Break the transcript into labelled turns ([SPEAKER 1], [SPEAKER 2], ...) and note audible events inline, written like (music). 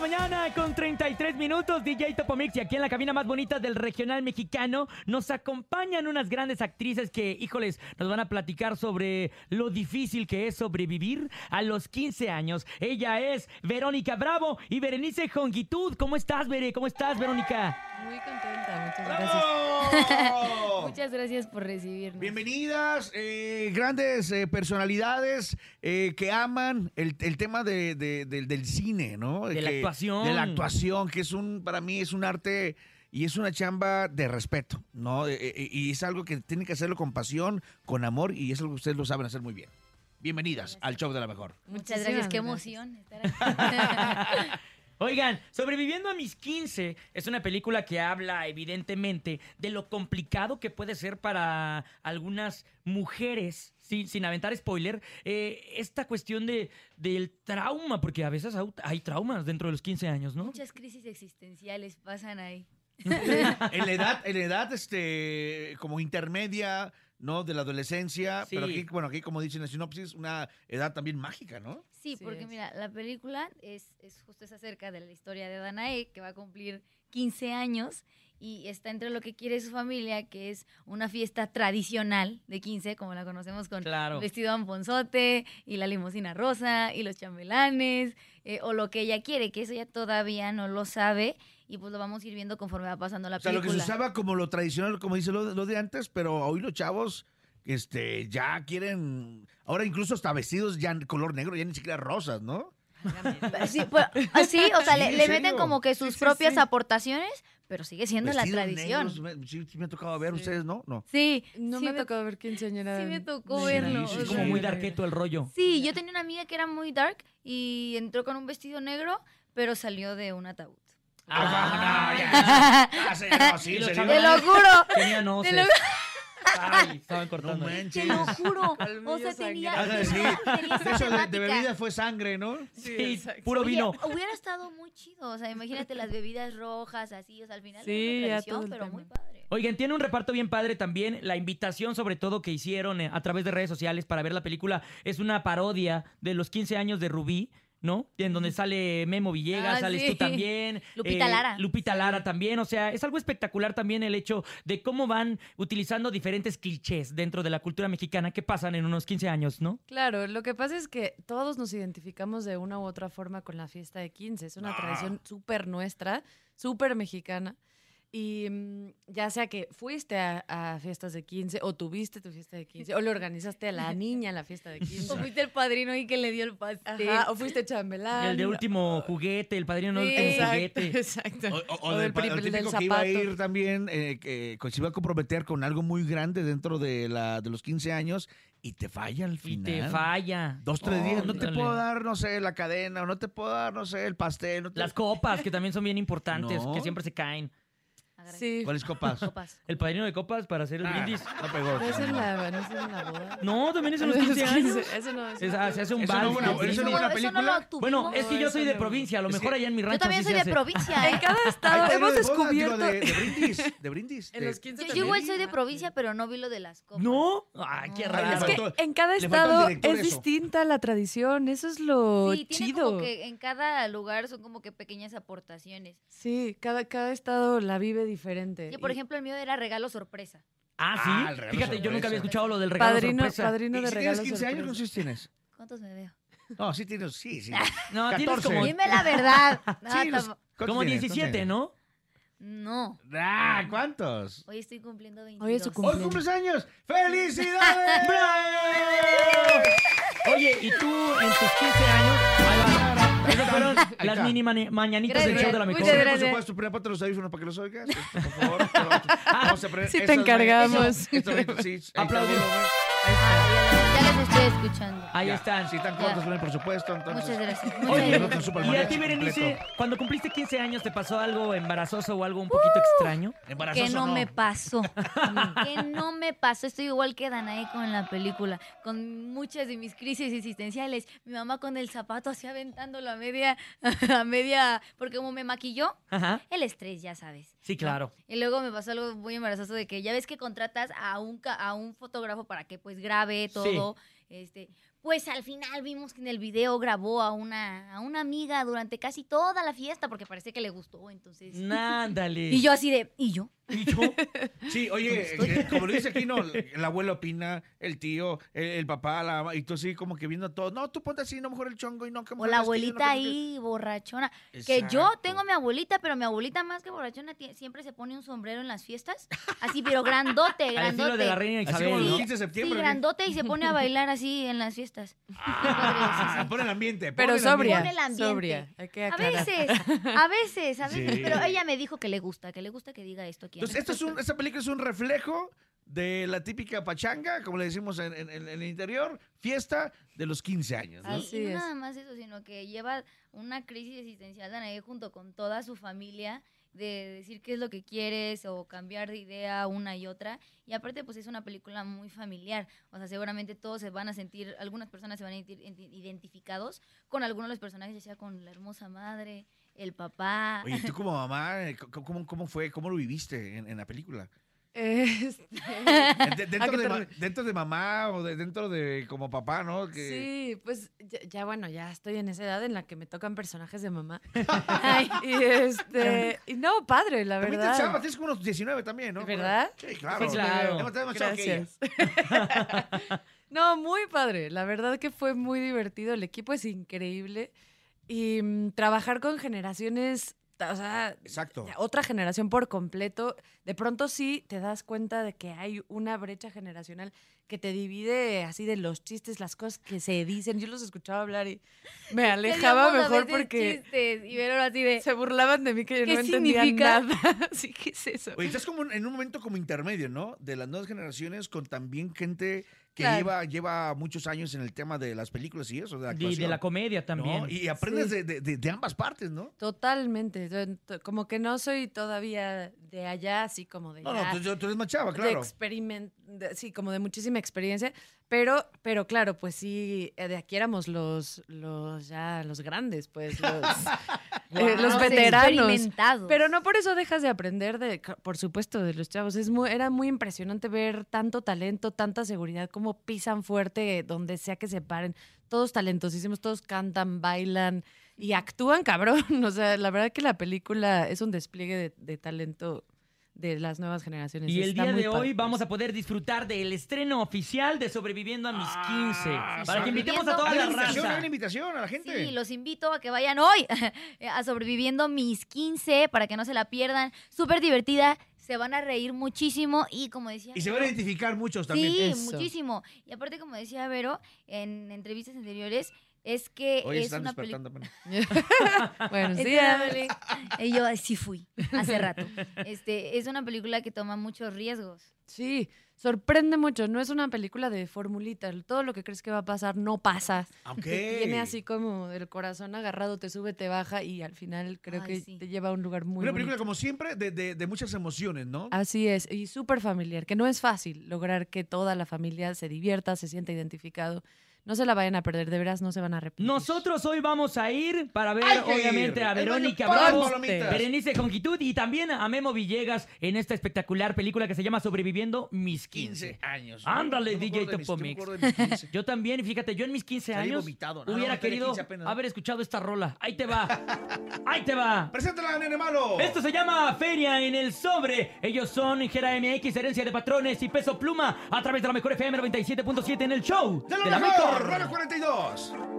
[SPEAKER 1] mañana con 33 minutos, DJ Topomix y aquí en la cabina más bonita del regional mexicano nos acompañan unas grandes actrices que, híjoles, nos van a platicar sobre lo difícil que es sobrevivir a los 15 años. Ella es Verónica Bravo y Berenice Jongitud. ¿Cómo estás, Bere? ¿Cómo estás, Verónica?
[SPEAKER 2] Muy contenta, muchas gracias.
[SPEAKER 3] ¡Bravo!
[SPEAKER 2] Muchas gracias por recibirnos.
[SPEAKER 3] Bienvenidas, eh, grandes eh, personalidades eh, que aman el, el tema de- de- del- del cine, ¿no?
[SPEAKER 1] De la
[SPEAKER 3] Que-
[SPEAKER 1] actuación.
[SPEAKER 3] De la actuación, que es un, para mí es un arte y es una chamba de respeto, ¿no? Eh, eh, y es algo que tienen que hacerlo con pasión, con amor, y es algo que ustedes lo saben hacer muy bien. Bienvenidas al show de la mejor.
[SPEAKER 4] Muchas
[SPEAKER 2] Muchísimas
[SPEAKER 4] gracias, qué
[SPEAKER 2] gracias.
[SPEAKER 4] emoción (laughs) estar aquí.
[SPEAKER 1] Oigan, Sobreviviendo a mis 15 es una película que habla evidentemente de lo complicado que puede ser para algunas mujeres, sin, sin aventar spoiler, eh, esta cuestión de, del trauma, porque a veces au- hay traumas dentro de los 15 años, ¿no?
[SPEAKER 4] Muchas crisis existenciales pasan ahí.
[SPEAKER 3] En la edad, en la edad, este, como intermedia, ¿no? De la adolescencia,
[SPEAKER 1] Sí.
[SPEAKER 3] pero aquí, bueno, aquí como dice en la sinopsis, una edad también mágica, ¿no?
[SPEAKER 4] Sí,
[SPEAKER 2] Así
[SPEAKER 4] porque
[SPEAKER 2] es.
[SPEAKER 4] mira, la película es, es justo es acerca de la historia de Danae, que va a cumplir 15 años y está entre lo que quiere su familia, que es una fiesta tradicional de 15, como la conocemos con
[SPEAKER 1] Claro.
[SPEAKER 4] vestido amponzote y la limusina rosa y los chambelanes, eh, o lo que ella quiere, que eso ella todavía no lo sabe y pues lo vamos a ir viendo conforme va pasando la
[SPEAKER 3] O sea, lo
[SPEAKER 4] película.
[SPEAKER 3] que se usaba como lo tradicional, como dice lo, lo de antes, pero hoy los chavos este, ya quieren, ahora incluso hasta vestidos ya en color negro, ya ni siquiera rosas, ¿no?
[SPEAKER 4] Sí, pues, así, o sea, le,
[SPEAKER 3] Sí, en
[SPEAKER 4] le meten
[SPEAKER 3] serio.
[SPEAKER 4] como que sus propias aportaciones, pero sigue siendo
[SPEAKER 3] Vestidos
[SPEAKER 4] la tradición.
[SPEAKER 3] negros, me- sí, sí me ha tocado ver, ustedes no, no.
[SPEAKER 4] Sí,
[SPEAKER 2] No
[SPEAKER 4] sí
[SPEAKER 2] me ha
[SPEAKER 4] me-
[SPEAKER 2] tocado ver quinceañera.
[SPEAKER 4] sí me tocó
[SPEAKER 2] negra.
[SPEAKER 4] verlo,
[SPEAKER 1] Sí,
[SPEAKER 4] o
[SPEAKER 1] es como
[SPEAKER 4] sea.
[SPEAKER 1] muy darqueto el rollo.
[SPEAKER 4] Sí, yo tenía una amiga que era muy dark y entró con un vestido negro, pero salió de un ataúd.
[SPEAKER 1] Ah, (laughs)
[SPEAKER 3] no, ya, (laughs) Ah, sí, no, sí,
[SPEAKER 1] Y los
[SPEAKER 3] sería-
[SPEAKER 1] chavos-
[SPEAKER 4] Te lo juro,
[SPEAKER 1] Tenía
[SPEAKER 4] te
[SPEAKER 1] noces.
[SPEAKER 4] lo,
[SPEAKER 1] Ay, estaban
[SPEAKER 3] no
[SPEAKER 1] cortando.
[SPEAKER 4] te
[SPEAKER 3] manches.
[SPEAKER 4] lo
[SPEAKER 2] (laughs)
[SPEAKER 4] juro. O
[SPEAKER 2] Colmillo
[SPEAKER 4] sea, tenía,
[SPEAKER 3] Ah,
[SPEAKER 4] (laughs)
[SPEAKER 3] sí.
[SPEAKER 4] tenía- tenía esa
[SPEAKER 3] Eso de, de
[SPEAKER 4] temática.
[SPEAKER 3] bebida fue sangre, ¿no?
[SPEAKER 1] Sí, puro
[SPEAKER 4] Oye,
[SPEAKER 1] vino.
[SPEAKER 4] hubiera estado muy chido, o sea, imagínate las bebidas rojas, así, o sea, al final
[SPEAKER 2] Sí,
[SPEAKER 4] es una
[SPEAKER 2] ya
[SPEAKER 4] tradición,
[SPEAKER 2] todo el
[SPEAKER 4] pero
[SPEAKER 2] tema.
[SPEAKER 4] muy padre.
[SPEAKER 1] Oigan, tiene un reparto bien padre también. La invitación, sobre todo, que hicieron eh, a través de redes sociales para ver la película es una parodia de los 15 años de Rubí, ¿no? En donde sale Memo Villegas,
[SPEAKER 4] Ah,
[SPEAKER 1] sales
[SPEAKER 4] sí.
[SPEAKER 1] tú también. eh,
[SPEAKER 4] Lupita Lara.
[SPEAKER 1] Lupita Lara también. O sea, es algo espectacular también el hecho de cómo van utilizando diferentes clichés dentro de la cultura mexicana que pasan en unos 15 años, ¿no?
[SPEAKER 2] Claro, lo que pasa es que todos nos identificamos de una u otra forma con la fiesta de 15. Es una
[SPEAKER 3] Ah.
[SPEAKER 2] tradición súper nuestra, súper mexicana. Y mm, ya sea que fuiste a, a fiestas de 15 o tuviste tu fiesta de 15 o le organizaste a
[SPEAKER 4] (laughs)
[SPEAKER 2] la niña la fiesta de 15.
[SPEAKER 4] O fuiste el padrino y que le dio el pastel.
[SPEAKER 2] Ajá, o fuiste chambelán.
[SPEAKER 1] el de último juguete, el padrino
[SPEAKER 2] Ah, Sí,
[SPEAKER 1] del último
[SPEAKER 2] exacto, (laughs)
[SPEAKER 1] juguete.
[SPEAKER 2] exacto.
[SPEAKER 3] O, o- o
[SPEAKER 2] O
[SPEAKER 3] del,
[SPEAKER 2] del
[SPEAKER 3] pa-
[SPEAKER 2] pri-
[SPEAKER 3] del
[SPEAKER 2] del
[SPEAKER 3] típico que iba a
[SPEAKER 2] zapato.
[SPEAKER 3] ir también, eh, que que se iba a comprometer con algo muy grande dentro de, la, de los 15 años y te falla al
[SPEAKER 1] Y
[SPEAKER 3] final.
[SPEAKER 1] te falla.
[SPEAKER 3] Dos, tres días. No te
[SPEAKER 1] Órale.
[SPEAKER 3] puedo dar, no sé, la cadena, o no te puedo dar, no sé, el pastel. No te...
[SPEAKER 1] Las copas, que también son bien importantes,
[SPEAKER 3] No.
[SPEAKER 1] que siempre se caen.
[SPEAKER 4] Agarra-
[SPEAKER 2] Sí.
[SPEAKER 3] ¿Cuáles copas?
[SPEAKER 4] Copas.
[SPEAKER 1] El padrino de copas para hacer el
[SPEAKER 3] Ah,
[SPEAKER 1] brindis.
[SPEAKER 3] No pegó.
[SPEAKER 2] No es en la, no es en la boda.
[SPEAKER 1] No, también es en los
[SPEAKER 2] (laughs) Los
[SPEAKER 1] 15 años.
[SPEAKER 2] 15, Eso no es.
[SPEAKER 1] Es- ah, se hace un
[SPEAKER 3] Eso
[SPEAKER 1] vals.
[SPEAKER 3] no, bueno,
[SPEAKER 1] sí,
[SPEAKER 3] eso no
[SPEAKER 1] sí.
[SPEAKER 3] hubo una
[SPEAKER 4] eso no
[SPEAKER 3] película.
[SPEAKER 4] lo tuvimos.
[SPEAKER 1] Bueno, es que yo
[SPEAKER 2] eso
[SPEAKER 1] soy de
[SPEAKER 2] no.
[SPEAKER 1] provincia, a lo
[SPEAKER 3] Es
[SPEAKER 1] mejor
[SPEAKER 3] que
[SPEAKER 1] allá en mi rancho
[SPEAKER 4] Yo también
[SPEAKER 1] sí
[SPEAKER 4] soy
[SPEAKER 1] se
[SPEAKER 4] de
[SPEAKER 1] hace.
[SPEAKER 4] provincia,
[SPEAKER 2] En
[SPEAKER 4] ¿eh?
[SPEAKER 2] cada
[SPEAKER 3] Ahí
[SPEAKER 2] estado
[SPEAKER 3] está
[SPEAKER 2] hemos
[SPEAKER 3] lo de bodas, digo,
[SPEAKER 2] descubierto.
[SPEAKER 3] de, de brindis, de brindis.
[SPEAKER 2] En
[SPEAKER 3] de-
[SPEAKER 2] los 15
[SPEAKER 4] Yo, yo
[SPEAKER 2] también.
[SPEAKER 4] igual soy de provincia, pero no vi lo de las copas.
[SPEAKER 1] ¿No? Ay, qué
[SPEAKER 4] No.
[SPEAKER 1] raro.
[SPEAKER 3] Ay,
[SPEAKER 2] Es que
[SPEAKER 3] faltó-
[SPEAKER 2] en cada
[SPEAKER 3] le faltó al
[SPEAKER 2] estado
[SPEAKER 3] director
[SPEAKER 2] es
[SPEAKER 3] eso.
[SPEAKER 2] distinta la tradición, eso es lo
[SPEAKER 4] Sí, tiene
[SPEAKER 2] chido.
[SPEAKER 4] como que en cada lugar son como que pequeñas aportaciones.
[SPEAKER 2] Sí, cada, cada estado la vive diferente.
[SPEAKER 4] Yo, por
[SPEAKER 2] Eh, Y
[SPEAKER 4] ejemplo, el mío era regalo sorpresa.
[SPEAKER 1] Ah, sí.
[SPEAKER 3] Ah, el regalo
[SPEAKER 1] Fíjate, yo nunca
[SPEAKER 3] sorpresa.
[SPEAKER 1] había escuchado lo del regalo
[SPEAKER 2] padrino,
[SPEAKER 1] sorpresa.
[SPEAKER 2] padrino
[SPEAKER 3] ¿Y
[SPEAKER 2] de
[SPEAKER 3] si
[SPEAKER 2] regalos.
[SPEAKER 3] tienes 15 años,
[SPEAKER 2] sorpresa.
[SPEAKER 3] no sé si tienes.
[SPEAKER 4] ¿Cuántos me veo?
[SPEAKER 3] No, sí tienes, sí, sí.
[SPEAKER 1] No, tienes
[SPEAKER 3] 14.
[SPEAKER 1] como,
[SPEAKER 3] Oye,
[SPEAKER 4] Dime la verdad. No,
[SPEAKER 3] Sí, los-
[SPEAKER 4] tampoco-
[SPEAKER 3] ¿cuántos
[SPEAKER 1] como
[SPEAKER 3] tienes?
[SPEAKER 1] 17,
[SPEAKER 3] ¿Cuántos
[SPEAKER 1] ¿no?
[SPEAKER 4] no.
[SPEAKER 3] tienes? Ah, ¿cuántos?
[SPEAKER 4] Hoy estoy cumpliendo 22.
[SPEAKER 2] Hoy es su cum-
[SPEAKER 3] Hoy cumples años. ¡Felicidades!
[SPEAKER 1] Oye, ¿y tú en tus 15 años? Ahí va.
[SPEAKER 3] Ahí
[SPEAKER 1] Esas
[SPEAKER 3] está,
[SPEAKER 1] fueron
[SPEAKER 3] ahí
[SPEAKER 1] las
[SPEAKER 3] está.
[SPEAKER 1] mini mani- mañanitas del
[SPEAKER 4] Gracias,
[SPEAKER 1] show de la mejor.
[SPEAKER 2] muchas
[SPEAKER 3] Por
[SPEAKER 2] gracias.
[SPEAKER 3] supuesto, puedes poner aparte los audífonos para que los oigas. Este, Por favor. pero
[SPEAKER 1] Ah,
[SPEAKER 3] Vamos a aprender.
[SPEAKER 2] Sí te
[SPEAKER 3] Estas-
[SPEAKER 2] encargamos.
[SPEAKER 3] estas- estas- sí, ahí
[SPEAKER 1] Aplausos.
[SPEAKER 4] Ya las estoy escuchando.
[SPEAKER 1] Ahí
[SPEAKER 3] Ya,
[SPEAKER 1] están.
[SPEAKER 3] Si están cortos, bien, por supuesto. Entonces,
[SPEAKER 4] Muchas gracias. Muchas
[SPEAKER 1] Oye,
[SPEAKER 3] Oye, no
[SPEAKER 4] gracias.
[SPEAKER 3] te supo el
[SPEAKER 1] y a
[SPEAKER 3] mariachi
[SPEAKER 1] ti, Berenice,
[SPEAKER 3] completo.
[SPEAKER 1] cuando cumpliste 15 años, ¿te pasó algo embarazoso o algo un poquito extraño?
[SPEAKER 3] Embarazoso
[SPEAKER 4] Que no
[SPEAKER 3] no.
[SPEAKER 4] me pasó. que no me pasó. Estoy igual que Danae con la película. Con muchas de mis crisis existenciales. Mi mamá con el zapato así aventándolo a media. (laughs) A media. Porque como me maquilló,
[SPEAKER 1] Ajá.
[SPEAKER 4] el estrés, ya sabes.
[SPEAKER 1] Sí, claro.
[SPEAKER 4] Y luego me pasó algo muy embarazoso de que ya ves que contratas a un, ca- a un fotógrafo para que pues grabe todo. Este, Pues al final vimos que en el video grabó a una, a una amiga durante casi toda la fiesta porque parece que le gustó, entonces.
[SPEAKER 1] Mm. Nándale.
[SPEAKER 4] Y yo así de, ¿y yo?
[SPEAKER 3] ¿Y yo?
[SPEAKER 4] (laughs)
[SPEAKER 3] Sí, oye, eh, como lo dice aquí, no, el abuelo opina, el tío, el, el papá, la mamá, y tú así como que viendo todo. No, tú ponte así, no mejor el chongo y no que
[SPEAKER 4] O
[SPEAKER 3] mejor
[SPEAKER 4] la
[SPEAKER 3] el vestido, no,
[SPEAKER 4] abuelita
[SPEAKER 3] que-
[SPEAKER 4] ahí borrachona. Que yo
[SPEAKER 3] Exacto.
[SPEAKER 4] tengo a mi abuelita, pero mi abuelita más que borrachona tie- siempre se pone un sombrero en las fiestas. Así, pero
[SPEAKER 3] (laughs)
[SPEAKER 4] grandote,
[SPEAKER 1] Al estilo
[SPEAKER 4] grandote.
[SPEAKER 1] de la reina
[SPEAKER 3] Así como
[SPEAKER 1] Isabel,
[SPEAKER 3] el
[SPEAKER 1] ¿no?
[SPEAKER 3] 15 de
[SPEAKER 4] Sí,
[SPEAKER 3] septiembre.
[SPEAKER 4] grandote y se pone a bailar así en las fiestas.
[SPEAKER 3] (laughs) Ah, pon el ambiente. pon
[SPEAKER 2] Pero
[SPEAKER 3] el ambiente.
[SPEAKER 2] sobria.
[SPEAKER 4] Pon el ambiente.
[SPEAKER 2] Sobria. Hay que
[SPEAKER 4] A
[SPEAKER 2] aclarar.
[SPEAKER 4] (laughs) veces, a veces, a veces.
[SPEAKER 3] Sí.
[SPEAKER 4] Pero ella me dijo que le gusta, que le gusta que diga esto aquí. en
[SPEAKER 3] Entonces,
[SPEAKER 4] la
[SPEAKER 3] esto es un- esta película es un reflejo de la típica pachanga, como le decimos en, en- en el interior, fiesta de los 15 años. ¿no?
[SPEAKER 4] Sí,
[SPEAKER 2] Así
[SPEAKER 4] y no
[SPEAKER 2] es.
[SPEAKER 4] nada más eso, sino que lleva una crisis existencial Danae junto con toda su familia de decir qué es lo que quieres o cambiar de idea una y otra. Y aparte, pues es una película muy familiar. O sea, seguramente todos se van a sentir, algunas personas se van a sentir identi- identificados con alguno de los personajes, ya sea con la hermosa madre, el papá.
[SPEAKER 3] Oye, tú como mamá, eh, c- c- ¿cómo, cómo fue? ¿Cómo lo viviste en, en la película?
[SPEAKER 2] Este,
[SPEAKER 3] (laughs) De- dentro,
[SPEAKER 2] qué
[SPEAKER 3] de,
[SPEAKER 2] te
[SPEAKER 3] ma-
[SPEAKER 2] re-
[SPEAKER 3] dentro de mamá o de, dentro de como papá, ¿no? Que-
[SPEAKER 2] Sí, pues ya, ya, bueno, ya estoy en esa edad en la que me tocan personajes de mamá. (laughs) Ay, y este, y no, padre, la
[SPEAKER 3] También te echabas,
[SPEAKER 2] verdad.
[SPEAKER 3] tienes como unos 19 también, ¿no?
[SPEAKER 2] ¿Verdad?
[SPEAKER 3] Sí, claro.
[SPEAKER 1] Sí, claro.
[SPEAKER 3] Hemos estado más chavos que ellos.
[SPEAKER 2] Gracias. (laughs) no, muy padre. La verdad que fue muy divertido. El equipo es increíble. Y mm, trabajar con generaciones, o sea,
[SPEAKER 3] Exacto.
[SPEAKER 2] ya, otra generación por completo, de pronto sí te das cuenta de que hay una brecha generacional que te divide así de los chistes, las cosas que se dicen. Yo los escuchaba hablar y me alejaba
[SPEAKER 4] Hacíamos a
[SPEAKER 2] mejor
[SPEAKER 4] veces
[SPEAKER 2] porque
[SPEAKER 4] chistes, y Vero así de...
[SPEAKER 2] se burlaban de mí que yo
[SPEAKER 4] ¿Qué
[SPEAKER 2] no entendía
[SPEAKER 4] significa?
[SPEAKER 2] nada. (laughs) Sí, ¿qué es eso?
[SPEAKER 3] Oye, estás como en un momento como intermedio, ¿no? De las nuevas generaciones con también gente que
[SPEAKER 2] Claro.
[SPEAKER 3] lleva, lleva muchos años en el tema de las películas y eso, de
[SPEAKER 1] Y
[SPEAKER 3] la actuación.
[SPEAKER 1] de la comedia
[SPEAKER 3] ¿no?
[SPEAKER 1] también.
[SPEAKER 3] Y aprendes
[SPEAKER 2] Sí.
[SPEAKER 3] de, de- de- de ambas partes, ¿no?
[SPEAKER 2] Totalmente. Yo ent- Como que no soy todavía de allá, así como de,
[SPEAKER 3] No, no, pues
[SPEAKER 2] ya,
[SPEAKER 3] tú, tú eres más chava,
[SPEAKER 2] de
[SPEAKER 3] claro.
[SPEAKER 2] experimen- de- sí, como de muchísima experiencia. Pero, pero claro, pues sí, eh, de aquí éramos los, los ya, los grandes, pues,
[SPEAKER 1] (laughs)
[SPEAKER 2] los, eh, los
[SPEAKER 4] "Wow,
[SPEAKER 2] veteranos.
[SPEAKER 4] experimentados".
[SPEAKER 2] Pero no por eso dejas de aprender, de, ca- por supuesto, de los chavos. Es muy, era muy impresionante ver tanto talento, tanta seguridad, cómo pisan fuerte donde sea que se paren. Todos talentosísimos, todos cantan, bailan y actúan cabrón. (laughs) O sea, la verdad que la película es un despliegue de, de talento de las nuevas generaciones.
[SPEAKER 1] Y el
[SPEAKER 2] Está
[SPEAKER 1] día
[SPEAKER 2] muy
[SPEAKER 1] de
[SPEAKER 2] padre.
[SPEAKER 1] hoy vamos a poder disfrutar del estreno oficial de Sobreviviendo a mis 15.
[SPEAKER 3] Ah,
[SPEAKER 1] para que invitemos a
[SPEAKER 4] Sobreviviendo
[SPEAKER 1] toda
[SPEAKER 3] Hay
[SPEAKER 1] la
[SPEAKER 3] una invitación, hay
[SPEAKER 1] raza.
[SPEAKER 3] una invitación a la gente.
[SPEAKER 4] Sí, los invito a que vayan hoy (laughs) a Sobreviviendo Mis 15 para que no se la pierdan. Súper divertida, se van a reír muchísimo y como decía...
[SPEAKER 3] Y se van a identificar muchos también.
[SPEAKER 4] Sí,
[SPEAKER 2] Eso.
[SPEAKER 4] muchísimo. Y aparte, como decía Vero en entrevistas anteriores, es que
[SPEAKER 3] Hoy
[SPEAKER 4] es
[SPEAKER 3] están
[SPEAKER 4] una película...
[SPEAKER 3] despertando.
[SPEAKER 1] (laughs)
[SPEAKER 3] apenas.
[SPEAKER 2] Buenos
[SPEAKER 4] Es
[SPEAKER 2] días.
[SPEAKER 4] una peli- (laughs) Y yo ay, sí fui, hace rato. Este, es una película que toma muchos riesgos.
[SPEAKER 2] Sí, sorprende mucho. No es una película de formulita. Todo lo que crees que va a pasar no pasa.
[SPEAKER 3] Ah, Ok.
[SPEAKER 2] Te (laughs) Viene así como del corazón agarrado, te sube, te baja y al final creo
[SPEAKER 4] Ay,
[SPEAKER 2] que
[SPEAKER 4] sí.
[SPEAKER 2] te lleva a un lugar muy
[SPEAKER 3] una
[SPEAKER 2] bonito.
[SPEAKER 3] película, como siempre, de, de- de muchas emociones, ¿no?
[SPEAKER 2] Así es, y súper familiar, que no es fácil lograr que toda la familia se divierta, se sienta identificado. No se la vayan a perder, de veras no se van a arrepentir.
[SPEAKER 1] Nosotros hoy vamos a ir para ver,
[SPEAKER 3] Hay que
[SPEAKER 1] obviamente,
[SPEAKER 3] ir.
[SPEAKER 1] a
[SPEAKER 3] Es más,
[SPEAKER 1] Verónica
[SPEAKER 3] yo pago
[SPEAKER 1] Bravo,
[SPEAKER 3] palomitas.
[SPEAKER 1] Berenice Conquitud y también a Memo Villegas en esta espectacular película que se llama Sobreviviendo mis 15.
[SPEAKER 3] 15 años.
[SPEAKER 1] Ándale,
[SPEAKER 3] me
[SPEAKER 1] DJ
[SPEAKER 3] acuerdo de mis- no me
[SPEAKER 1] Topomix.
[SPEAKER 3] acuerdo de mis 15.
[SPEAKER 1] Yo también, fíjate, yo en mis 15
[SPEAKER 3] Salí
[SPEAKER 1] años
[SPEAKER 3] vomitado. Ah, no,
[SPEAKER 1] hubiera
[SPEAKER 3] no, tenía
[SPEAKER 1] querido
[SPEAKER 3] 15 apenas.
[SPEAKER 1] haber escuchado esta rola. Ahí te
[SPEAKER 3] (laughs)
[SPEAKER 1] va. Ahí te va.
[SPEAKER 3] (laughs) Preséntala, nene malo.
[SPEAKER 1] Esto se llama Feria en el Sobre. Ellos son Gera MX, Herencia de Patrones y Peso Pluma a través de la mejor FM 97.7 en el show
[SPEAKER 3] de lo
[SPEAKER 1] la
[SPEAKER 3] mejor,
[SPEAKER 1] Mejor.
[SPEAKER 3] Radio 42.